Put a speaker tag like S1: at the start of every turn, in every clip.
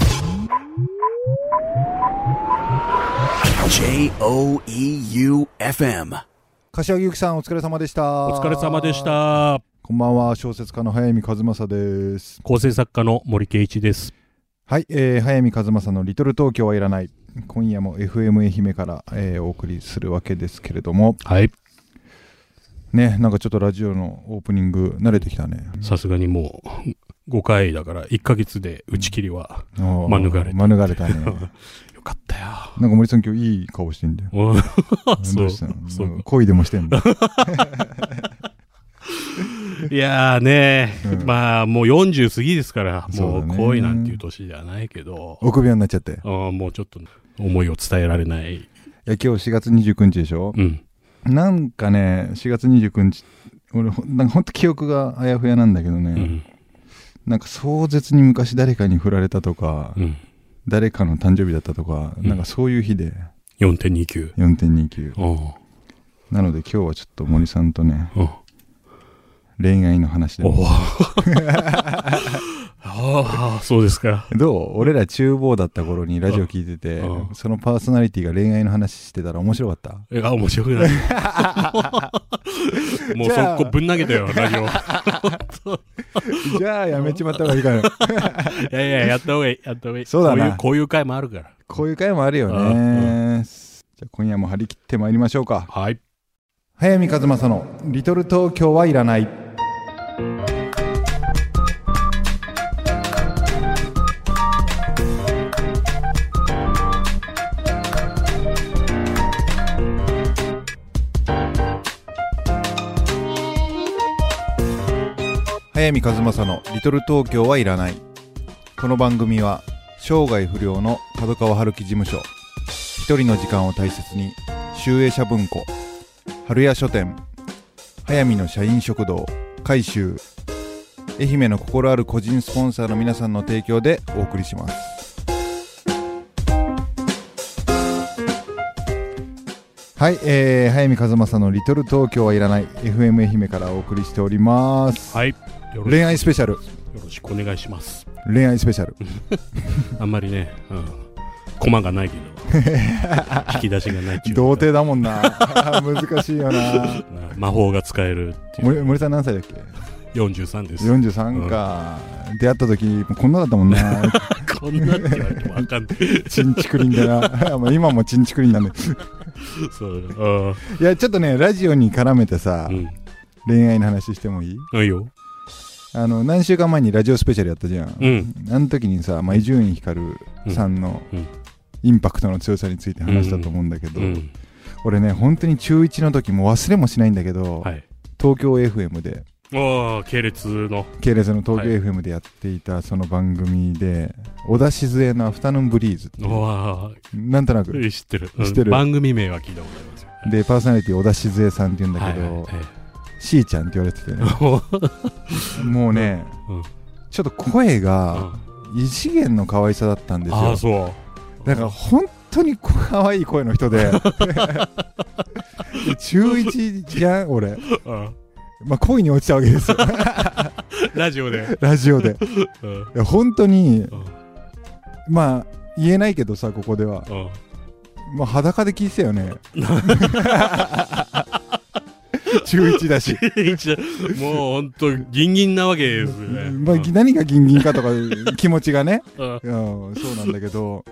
S1: E J-O-E-U-F-M
S2: 柏木由紀さんお疲れ様でした
S3: お疲れ様でした。
S2: こんばんは小説家の早見和正です
S3: 構成作家の森圭一です。
S2: はい、えー、早見和正の「リトル東京はいらない」今夜も FM 愛媛から、えーお送りするわけですけれども
S3: はい。
S2: ねなんかちょっとラジオのオープニング慣れてきたね
S3: さすがにもう5回だから1ヶ月で打ち切りは
S2: おー
S3: 免れた
S2: 免れたね
S3: よかったよ。
S2: なんか森さん今日いい顔してんだよ
S3: お
S2: ど
S3: そうう
S2: したの
S3: そう
S2: なんか恋でも してんの
S3: いやーね、
S2: うん
S3: まあもう40過ぎですから、
S2: そう
S3: も
S2: だ
S3: う
S2: ね
S3: 恋なんていう年じゃないけど、
S2: 臆病になっちゃってい
S3: あーもうちょっと思いを伝えられない。
S2: や今日4月29日でしょ
S3: うん。
S2: なんかね4月29日俺ほんなんかほんと記憶があやふやなんだけどね、
S3: うん。
S2: なんか壮絶に昔誰かに振られたとか、
S3: うん。
S2: 誰かの誕生日だったとか、
S3: うん
S2: なんかそういう日で
S3: 4.29。
S2: 4.29
S3: うん。
S2: なので今日はちょっと森さんとね
S3: うん。
S2: 恋愛の話で
S3: お
S2: も
S3: お。ああ、そうですか。
S2: どう俺ら厨房だった頃にラジオ聞いてて
S3: うん
S2: そのパーソナリティが恋愛の話してたら面白かった
S3: え、あ、面白く ない。もう
S2: じゃあ
S3: 速攻ぶん投げ たよ、ラジオ。い
S2: じゃあやめちまった方がいいかな
S3: やいや、やったほうがいい、やったほうがいい。
S2: そうだな
S3: こういう、こういう回もあるから。
S2: こういう回もあるよ
S3: う
S2: ねじゃあ今夜も張り切ってまいりましょうか
S3: はい。
S2: 早見和正の「リトル東京はいらない」早見和正の「リトル東京はいらない」この番組は生涯不良の角川春樹事務所一人の時間を大切に集英社文庫春屋書店早見の社員食堂改修愛媛の心ある個人スポンサーの皆さんの提供でお送りしますはい、えー、早見和正の「リトル東京はいらない」FM 愛媛からお送りしております、
S3: はい。よろし
S2: 恋愛スペシャル
S3: よろしくお願いします。
S2: 恋愛スペシャル
S3: あんまりね、うん。コマがないけど。 引き出しがないっていうか
S2: 童貞だもん な難しいよな
S3: な魔法が使えるっていう。
S2: 森森さん何歳だっけ
S3: 43です。
S2: 43か、出会った時もうこんなだったもん な
S3: こんなって言われてもわ かんない。
S2: チンチクリンだな まあ今もチンチクリンなんで
S3: そう。うん
S2: いやちょっとねラジオに絡めてさ、
S3: うん。
S2: 恋愛の話してもいい
S3: ないよ。
S2: あの何週間前にラジオスペシャルやったじゃん、
S3: うん。
S2: あの時にさまあ伊集院光さんの
S3: うんうん
S2: インパクトの強さについて話したと思うんだけど、
S3: うん。
S2: 俺ね本当に中1の時も忘れもしないんだけど、
S3: はい。
S2: 東京 FM で
S3: ああ、系列の。
S2: 系列の東京
S3: はい
S2: FM でやっていたその番組で小田静江の「アフタヌーンブリーズ」っていう
S3: わあ、
S2: なんとなく
S3: 知ってる。うん
S2: 知ってる
S3: 番組名は聞いたことありますよ。
S2: でパーソナリティ小田静江さんっていうんだけど、
S3: はいはいはい
S2: しーちゃんって言われててね もうね、
S3: うん
S2: ちょっと声が
S3: あ
S2: 異次元の可愛さだったんです
S3: あ
S2: よ
S3: ーそう
S2: だから本当に可愛い声の人 で中1じゃん俺、
S3: うん
S2: まあ、恋に落ちたわけですよ
S3: ラジオで、
S2: ラジオで
S3: うんうん
S2: いや本当に
S3: うん
S2: まあ言えないけどさここでは、まあ、裸で聞いてたよね 中1だし
S3: 一応もう本当ギンギンなわけですよね、
S2: まあ、何がギンギンかとか気持ちがね、
S3: うん
S2: うん、そうなんだけど、
S3: うん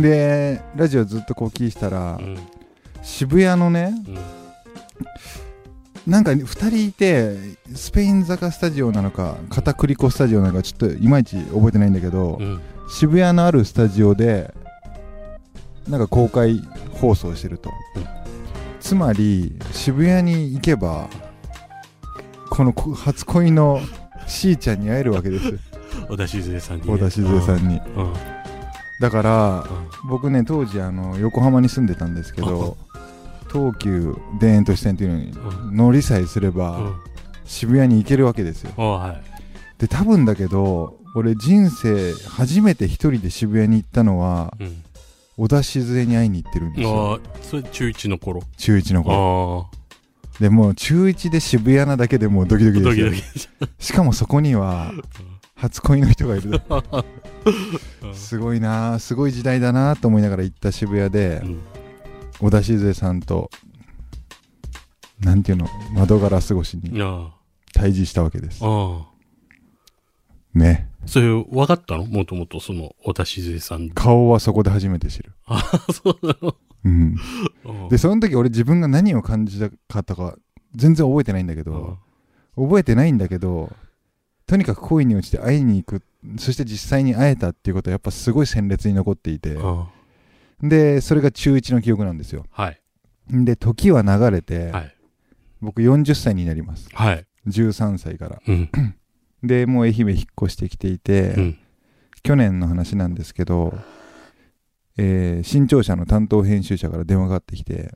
S2: でラジオずっとこう聞いてたら、
S3: うん
S2: 渋谷のね
S3: うん
S2: なんか2人いてスペイン坂スタジオなのか片栗粉スタジオなのかちょっといまいち覚えてないんだけど、
S3: うん
S2: 渋谷のあるスタジオでなんか公開放送してると、
S3: うん
S2: つまり渋谷に行けばこのこ初恋のしーちゃんに会えるわけですよ
S3: 小田静江さんにね、
S2: 小田静江さんに。
S3: うんうん
S2: だから僕ね当時あの横浜に住んでたんですけど東急田園都市線っていうのに
S3: うん
S2: 乗りさえすれ
S3: うんう
S2: ば
S3: ん
S2: 渋谷に行けるわけですよ
S3: あはい
S2: で多分だけど俺人生初めて一人で渋谷に行ったのは
S3: うん
S2: 小田静江に会いに行ってるんですよ
S3: あーそれ中1の頃
S2: 中1の頃
S3: ああ
S2: でもう中1で渋谷なだけでもうドキドキ
S3: ド
S2: で
S3: キ
S2: すよ
S3: ドキ
S2: しかもそこには初恋の人がいるすごいなあすごい時代だなあと思いながら行った渋谷で
S3: うん
S2: 小田静江さんと、なんていうの、窓ガラス越しに
S3: あ
S2: 対峙したわけです
S3: あ。。あ
S2: ね。
S3: あ。それ、分かったのもともと、その、小田静江さ ん。
S2: 顔はそこで初めて知る。
S3: ああ、そうなの
S2: うん。
S3: うん
S2: で、その時俺自分が何を感じたかとか、全然覚えてないんだけ
S3: うん
S2: ど、覚えてないんだけど、とにかく恋に落ちて会いに行く、そして実際に会えたっていうことはやっぱすごい鮮烈に残っていて、
S3: うん
S2: で、それが中1の記憶なんですよ。
S3: はい。
S2: で、時は流れて、
S3: はい。
S2: 僕40歳になります。
S3: はい。
S2: 13歳から。
S3: うん。
S2: で、もう愛媛引っ越してきていて、
S3: うん。
S2: 去年の話なんですけど、えー新潮社の担当編集者から電話がかかってきて、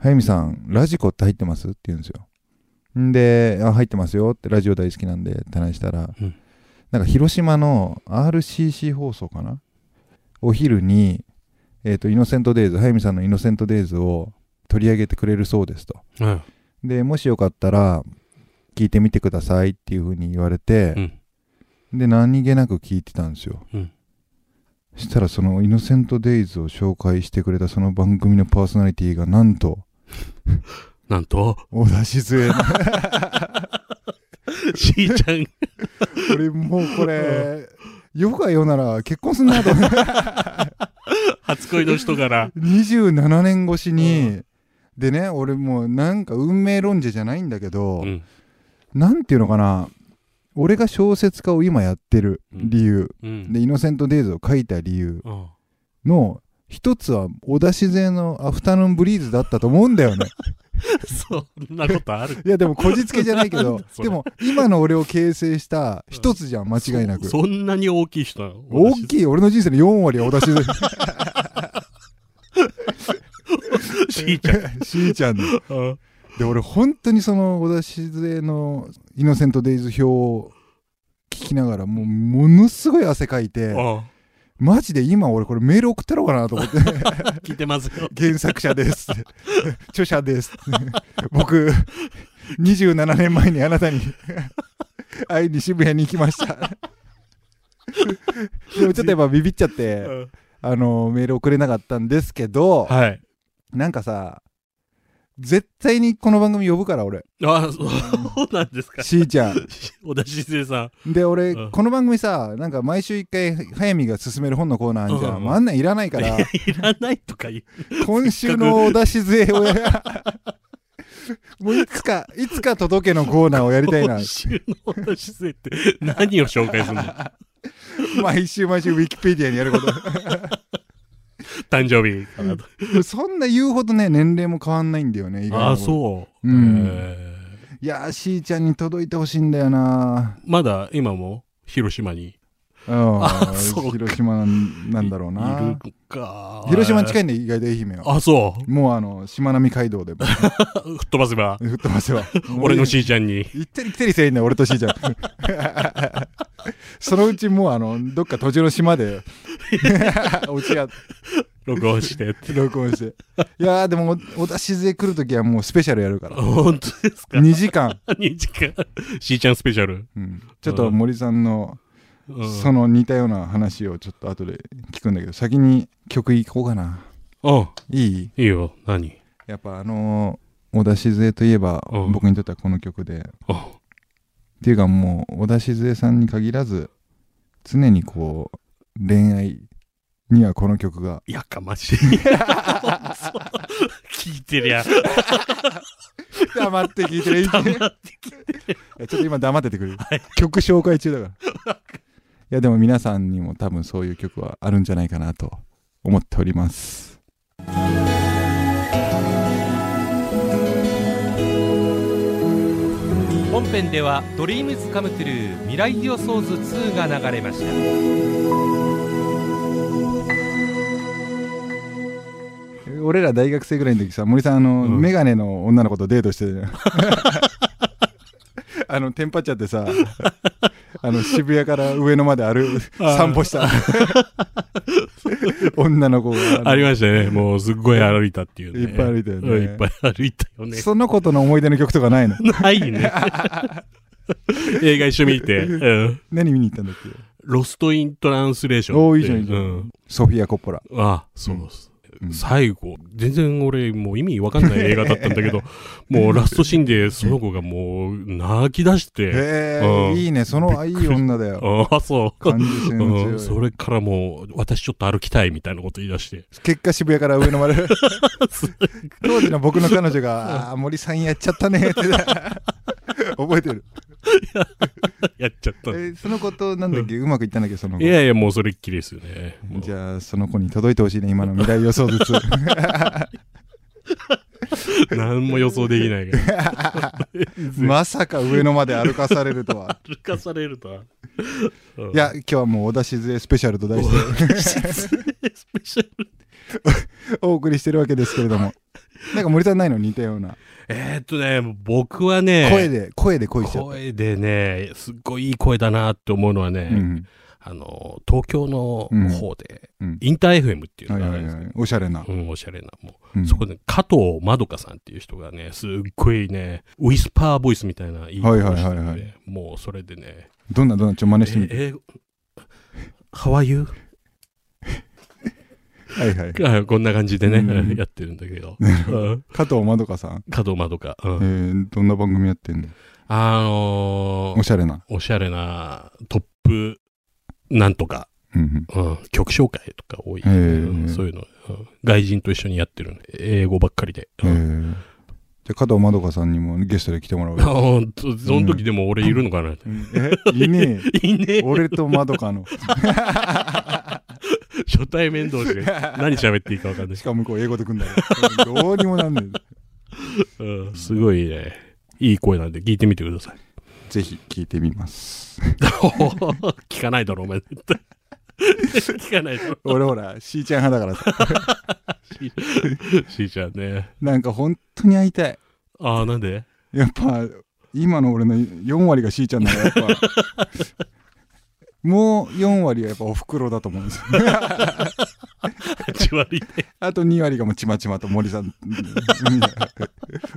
S2: 早見さん、ラジコって入ってますって言うんですよ。んで、あ、入ってますよって、ラジオ大好きなんでって話したら、
S3: うん
S2: なんか広島の RCC 放送かなお昼に、えっ、と、イノセントデイズ、早見さんのイノセントデイズを取り上げてくれるそうですと。
S3: うん。
S2: で、もしよかったら、聞いてみてくださいっていうふうに言われて
S3: う、ん。
S2: で何気なく聞いてたんですよ、
S3: うん
S2: そしたらその「イノセント・デイズ」を紹介してくれたその番組のパーソナリティがなんと
S3: な んと、
S2: 小田静江
S3: しーちゃん、
S2: 俺もうこれよかよなら結婚すんなと思って
S3: 初恋の 人から。
S2: 27年越しにでね俺もうなんか運命論者じゃないんだけど、
S3: うん。
S2: なんていうのかな俺が小説家を今やってる理由、
S3: うん。
S2: で「イノセント・デイズ」を書いた理由、
S3: うん
S2: の一つは小田自然のアフタヌーンブリーズだったと思うんだよね。
S3: そんなことある
S2: いやでもこじつけじゃないけ
S3: なん
S2: ど
S3: だ、 それ
S2: でも今の俺を形成した一つじゃん、間違いなく。
S3: そそんなに大きい人なの
S2: 大きい俺の人生の4割は小田自 然。
S3: い。しーちゃん。
S2: しーちゃんの。
S3: うん
S2: で、俺本当にその小田静江のイノセントデイズ表を聞きながら、もうものすごい汗かいて、
S3: うん
S2: マジで今俺これメール送ったろうかなと思って。
S3: 聞いてますよ。
S2: 原作者です。 著者です。 僕、27年前にあなたに 会いに渋谷に行きました。 でもちょっとやっぱビビっちゃって、あの、メール送れなかったんですけど、
S3: はい。
S2: なんかさ、絶対にこの番組呼ぶから俺、
S3: あ、そうなんですか。
S2: しーちゃん。
S3: 小田静江さ
S2: で、俺、
S3: うん
S2: この番組さ、なんか毎週一回、早見が勧める本のコーナーあんじ
S3: うん
S2: ゃ。
S3: うんん
S2: もうあんなんいらないから、
S3: ん、いらないとか言う。
S2: 今週のお出し勢 をやもういつか、いつか届けのコーナーをやりたいな
S3: 今。週の小田静江って何を紹介す るの
S2: 毎週毎週ウィキペディアにやること。
S3: 誕生日かなと。
S2: そんな言うほどね、年齢も変わんないんだよね、意外な
S3: あ、
S2: こと
S3: そう。
S2: うん
S3: えー
S2: いやー、しーちゃんに届いてほしいんだよな
S3: まだ今も広島にい
S2: うん
S3: あそうか
S2: 広島なんだろう
S3: る
S2: な。
S3: か。
S2: 広島に近
S3: い。
S2: いんで、意外と愛媛は。
S3: あ、そう。
S2: もうあの、しまなみ海道 で吹
S3: 吹っ飛ばせば、
S2: ってますよ。
S3: 俺のしーちゃんに。
S2: 行ったり来たりせえんだよ、俺としーちゃん。 そのうちもう、あの、どっか途中の島で、落ち合って、
S3: 録音し てって。
S2: 録音して。いやー、でも、お小田静江来るときはもうスペシャルやるから。
S3: 本当ですか
S2: 2時間。
S3: ?2 時間。しーちゃんスペシャル。
S2: うんちょっと森さんの、
S3: うん
S2: その似たような話をちょっと後で聞くんだけど、先に曲いこうかな。
S3: うん。
S2: いい
S3: いいよ。何
S2: やっぱあのー、小田静江といえば、
S3: うん
S2: 僕にとってはこの曲で。
S3: うん
S2: っていうかもう小田静江さんに限らず常にこう恋愛にはこの曲が
S3: やかましい。 聞いてりゃ、
S2: 黙って聴いてる
S3: 黙って聞 い
S2: いやちょっと今黙っててくれる、曲紹介中だからいやでも皆さんにも多分そういう曲はあるんじゃないかなと思っております
S4: 本編では「ドリームズカムトゥルー未来予想図2」が流れました
S2: 俺ら大学生ぐらいの時さ森さんあの、
S3: うん
S2: メガネの女の子とデートして たじゃんあのテンパっちゃってさあの渋谷から上野まで歩
S3: あー
S2: 散歩した 女の子があの
S3: ありましたね。もうすっごい歩いたっていうね。
S2: いっぱい歩いたよね
S3: うんいっぱい歩いたよね。
S2: その子との思い出の曲とかないの
S3: ないね。 映画一緒に見て、うん
S2: 何見に行ったんだっけ
S3: ロストイントランスレーションって。
S2: おーいいじゃんいいじゃん
S3: うん
S2: ソフィア・コッポラ
S3: あ、そうです。
S2: うん
S3: 最後、全然俺、もう意味わかんない映画だったんだ けど、もうラストシーンでその子がもう泣き出して、
S2: へ
S3: う
S2: え
S3: ん
S2: いいねそのいい女だよ
S3: ああ、そう。
S2: 感受性の
S3: う
S2: 強
S3: ん、
S2: い
S3: それからもう、私ちょっと歩きたいみたいなこと言い出して。
S2: 結果渋谷から上野まで当時の僕の彼女が「あー森さんやっちゃったね」って 覚えてる
S3: やっちゃっ た
S2: え。ーその子となんだっけうまくいったんだっけその
S3: い
S2: 子
S3: やいや、もうそれっきりですよね。もう
S2: じゃあその子に届いてほしいね今の未来予想術
S3: 何も予想できないけど。
S2: まさか上野まで歩かされると は
S3: 歩かされるとは。うん
S2: いや、今日はもうお出しずれスペシャルと題して
S3: スペシャル。
S2: お送りしてるわけですけれどもなんか森さんないの似たような
S3: えーっとね、僕はね、
S2: 声で声で恋しちゃった
S3: 声でね、すっごいいい声だなって思うのはね、
S2: うん
S3: あの、東京の方で、
S2: うん
S3: インター FM っていう
S2: は
S3: の
S2: いは
S3: があるん
S2: い
S3: です
S2: は
S3: けど、
S2: いおしゃれな
S3: うん、おしゃれな、もう、
S2: うん
S3: そこで加藤まどかさんっていう人がね、すっごいね、ウィスパーボイスみたいないい声してて、
S2: はいはいはいはい
S3: もうそれでね、
S2: どんなどんなちょっと真
S3: え
S2: 似してみて
S3: 英語、How are you?
S2: はいはい
S3: あこんな感じでね、
S2: うん
S3: やってるんだけど、うん
S2: 加藤まどかさん
S3: 加藤まどか、う
S2: え
S3: ん
S2: ーどんな番組やってんの
S3: あの
S2: お
S3: ー
S2: しゃれな
S3: おしゃれなトップなんとか、
S2: うんうん
S3: うん、曲紹介とか多い、
S2: へー
S3: うんそういうの、うん外人と一緒にやってるんで英語ばっかりで。
S2: え
S3: うん
S2: ーじゃあ加藤まどかさんにもゲストで来てもらおう
S3: あ
S2: よ
S3: ほん とその時でも俺いるのかな、
S2: えいね
S3: いね
S2: え
S3: え
S2: 俺とまどかの
S3: 初対面同 士で何喋っていいか分かんない
S2: し、かも向こう英語で来んだよどうにもなんね
S3: うん、すごいねいい声なんで聞いてみてくだ さい
S2: えぜひ聞いてみます
S3: 聞かないだろお前絶対聞かないだろ
S2: 俺ほらしーちゃん派だからさ
S3: しーちゃんね
S2: なんか本当に会いたい
S3: ああなんで
S2: やっぱ今の俺の4割がしーちゃんならやっぱもう4割はやっぱおふくろだと思うんですよ
S3: 8割で
S2: あと2割がもうちまちまと森さん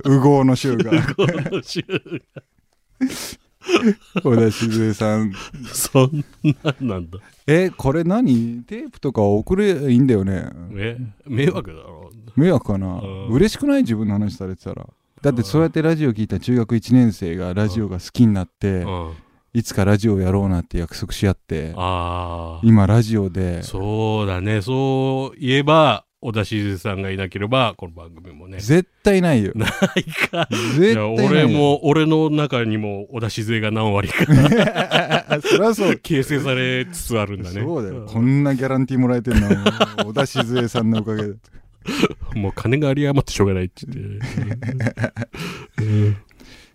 S2: うごうの衆が
S3: この週
S2: 小田静江さん
S3: そんなんなんだ
S2: えこれ何テープとか送ればいいんだよね
S3: え迷惑だろ
S2: 迷惑かな
S3: うん
S2: 嬉しくない自分の話されてたらだってそうやってラジオ聞いた中学1年生がラジオが好きになって
S3: うん
S2: いつかラジオやろうなって約束し合って
S3: ああ
S2: 今ラジオで
S3: そうだねそう言えば小田静さんがいなければこの番組もね
S2: 絶対ないよ
S3: ないか
S2: 絶対
S3: いや
S2: ないよ
S3: 俺 も俺の中にも小田静江が何割か
S2: そりゃそう
S3: 形成されつつあるんだね
S2: そうだよ、こんなギャランティーもらえてんの小田静江さんのおかげで
S3: もう金があり余ってしょうがないって言 って、うん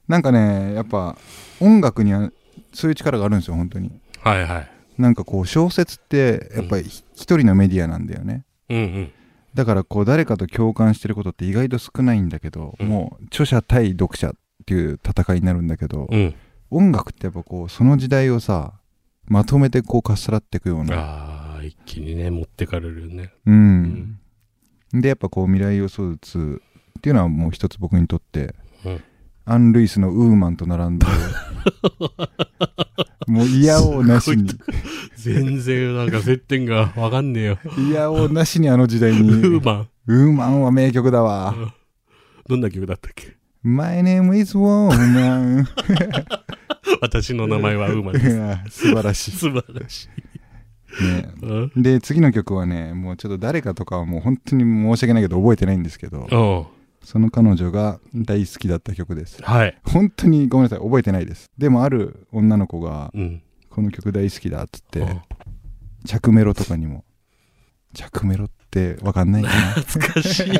S2: なんかねやっぱ音楽にはそういう力があるんですよ本当に
S3: はいはい
S2: なんかこう小説ってやっぱりひ一人のメディアなんだよね
S3: うんうん
S2: だからこう誰かと共感してることって意外と少ないんだけど、
S3: うん
S2: もう著者対読者っていう戦いになるんだけど、
S3: うん
S2: 音楽ってやっぱこうその時代をさまとめてこうかっさらっていくような
S3: ああ一気にね持ってかれるよね
S2: うん、でやっぱこう未来予想図っていうのはもう一つ僕にとって、
S3: うん
S2: アン・ルイスのウーマンと並ん でもう嫌おうなしに
S3: 全然なんか接点がわかんねえよ
S2: 嫌 おうなしにあの時代
S3: ウ
S2: に
S3: ーマン
S2: ウーマンは名曲だわ
S3: どんな曲だったっけ
S2: My name is Woman
S3: 私の名前はウーマンです
S2: 素晴らし
S3: 素晴らしい、
S2: い、ね、
S3: うん
S2: で次の曲はねもうちょっと誰かとかはもう本当に申し訳ないけど覚えてないんですけど
S3: うん
S2: その彼女が大好きだった曲です
S3: はい、
S2: 本当にごめんなさい覚えてないですでもある女の子が
S3: うん、
S2: この曲大好きだっつって
S3: うん
S2: 着メロとかにも着メロってわかんないかな
S3: 懐かしいな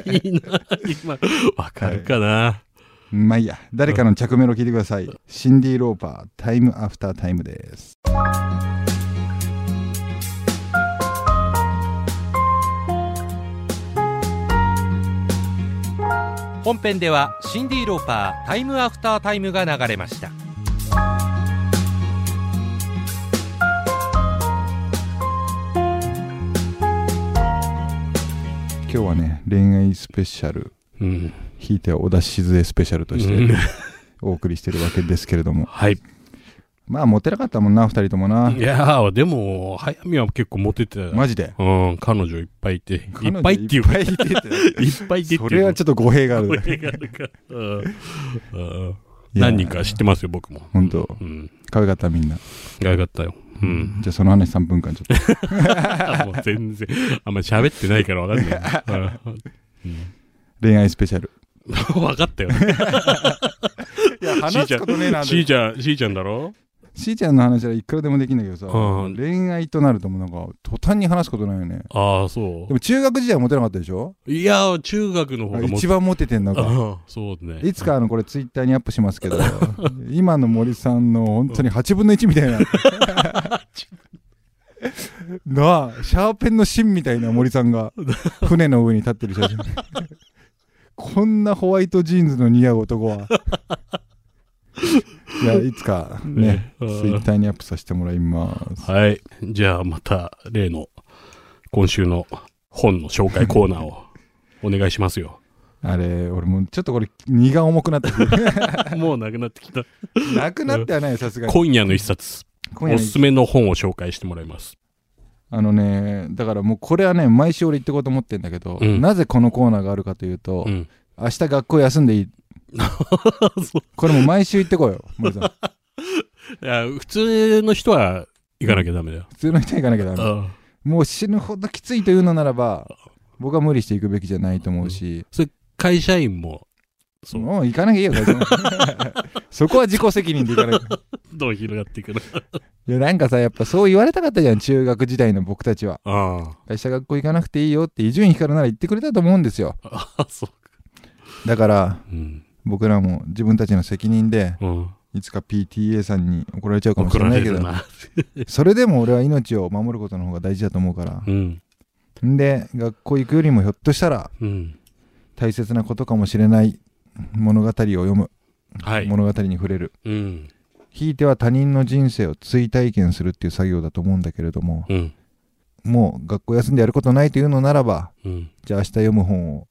S3: 今わかるかな、
S2: まあいいや誰かの着メロ聞いてくださいシンディ・ローパータイムアフタータイムです
S4: 本編ではシンディ・ローパー「タイムアフタータイム」が流れました
S2: 今日はね恋愛スペシャル
S3: うん
S2: ひいては小田静江スペシャルとし
S3: うん
S2: てお送りしてるわけですけれども
S3: はい
S2: まあ、モテなかったもんな、二人ともな。
S3: いやー、でも、早見は結構モテてたよ。
S2: マジで。
S3: うん、彼女いっぱいいて。い
S2: 彼女
S3: っぱいっていうか、
S2: ぱいいてって
S3: いっぱいいてっていう
S2: それはちょっと語弊が ある
S3: と
S2: ね。
S3: 何人か知って
S2: ま
S3: ますよ、僕も。
S2: 本当
S3: うん。
S2: す。可愛かった、みんな。
S3: 可愛かったよ。うん。
S2: じゃあ、その話3分間ちょっと。
S3: もう全然、あんまり喋ってないからわかんない。
S2: 恋愛スペシャル。
S3: うん、わかったよ。ね
S2: いや、
S3: 話すこと
S2: ねえな
S3: し
S2: し
S3: ーちゃん、しーちゃんだろ
S2: ーちゃんの話はいくらでもできんだけどさ、
S3: うん
S2: 恋愛となるともうなんか、途端に話すことないよね。
S3: ああ、そ
S2: でも中学時代はモテなかったでしょ
S3: う。いやー、中学の方がも
S2: 一番モテてんのか。
S3: ああ、そうね。
S2: いつかあのこれツイッターにアップしますけ ど、今の森さんの本当に8分の1みたいな。なあ、シャーペンの芯みたいな森さんが船の上に立ってる写真。こんなホワイトジーンズの似合う男は。いや、いつかね、
S3: ね。う
S2: ツイ
S3: ん
S2: ッターにアップさせてもらいます。
S3: はい。じゃあまた例の今週の本の紹介コーナ ーをお願いしますよ。
S2: あれ、俺もうちょっとこれ荷が重くなってくる
S3: もうなくなってきた。
S2: なくなってはないよさすがに。
S3: 今夜の一冊、
S2: 今夜
S3: お
S2: の
S3: すすめの本を紹介してもらいます。
S2: あのねだからもうこれはね毎週俺言ってこうと思ってんだけど、
S3: うん
S2: なぜこのコーナーがあるかというと、
S3: うん。
S2: 明日学校休ん でいいこれもう毎週言ってこうよ森さ ん
S3: いや普通の人は行かなきゃダメだよ。
S2: 普通の人は行かなきゃダメ
S3: ああ
S2: もう死ぬほどきついというのならば僕は無理していくべきじゃないと思うし、
S3: 会社員も、そう
S2: もう行かなきゃいいよ大 丈夫そこは自己責任で行かない
S3: どう広がっていくの
S2: いやなんかさやっぱそう言われたかったじゃん中学時代の僕たちは
S3: あ
S2: 明日学校行かなくていいよって伊集院光なら言ってくれたと思うんですよ
S3: あ、そう。
S2: だから
S3: うん。
S2: 僕らも自分たちの責任で
S3: うん。
S2: いつか PTA さんに怒られちゃうかもしれ
S3: 怒ら
S2: な
S3: れ
S2: いけ
S3: る
S2: ど、
S3: な。
S2: それでも俺は命を守ることの方が大事だと思うから。
S3: うん。
S2: んで、学校行くよりもひょっとしたら
S3: うん。
S2: 大切なことかもしれない物語を読む、
S3: はい。
S2: 物語に触れる。
S3: うん。
S2: ひいては他人の人生を追体験するっていう作業だと思うんだけれども、
S3: うん。
S2: もう学校休んでやることないというのならば、
S3: うん。
S2: じゃあ明日読む本を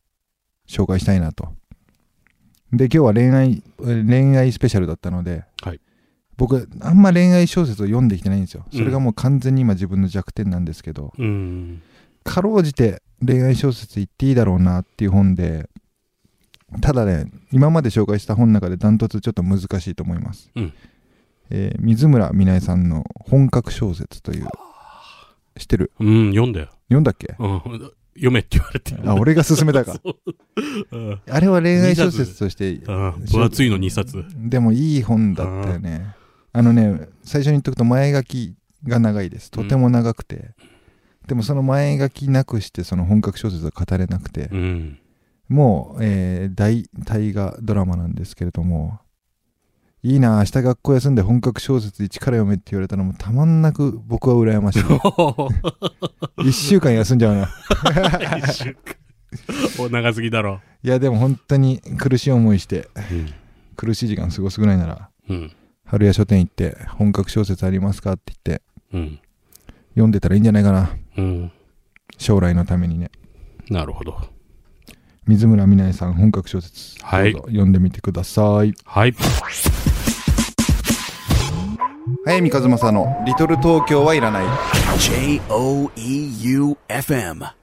S2: 紹介したいなと。で、今日は恋愛、えー恋愛スペシャルだったので、
S3: はい
S2: 僕、あんま恋愛小説を読んできてないんですよ。それがもう完全に今自分の弱点なんですけど、
S3: うん。
S2: かろうじて恋愛小説言っていいだろうなっていう本で、ただね、今まで紹介した本の中でダントツちょっと難しいと思います。
S3: うん
S2: えー水村美奈江さんの本格小説という、知ってる
S3: うん。読んだよ。
S2: 読んだっけ
S3: うん。読めって言われて。
S2: あ、俺が勧め たか。
S3: うん
S2: あれは恋愛小説として
S3: あー分厚いの2冊。
S2: でもいい本だったよね。あのね、最初に言っとくと前書きが長いです。とても長くて。でもその前書きなくしてその本格小説は語れなくて、
S3: うん。
S2: もう、えー大大河ドラマなんですけれども、いいな、明日学校休んで本格小説一から読めって言われたのもたまんなく僕は羨 ましい。一週間休んじゃうな。
S3: お長すぎだろ。
S2: いや、でも本当に苦しい思いして、
S3: うん。
S2: 苦しい時間過ごすぐらいなら、
S3: うん。
S2: 春屋書店行って本格小説ありますかって言って
S3: うん。
S2: 読んでたらいいんじゃないかな
S3: うん。
S2: 将来のためにね
S3: なるほど。
S2: 水村美奈江さん本格小説
S3: はい
S2: どうぞ読んでみてください
S3: はい。
S2: 早見和正の「リトル東京はいらない」
S1: J O E U F M.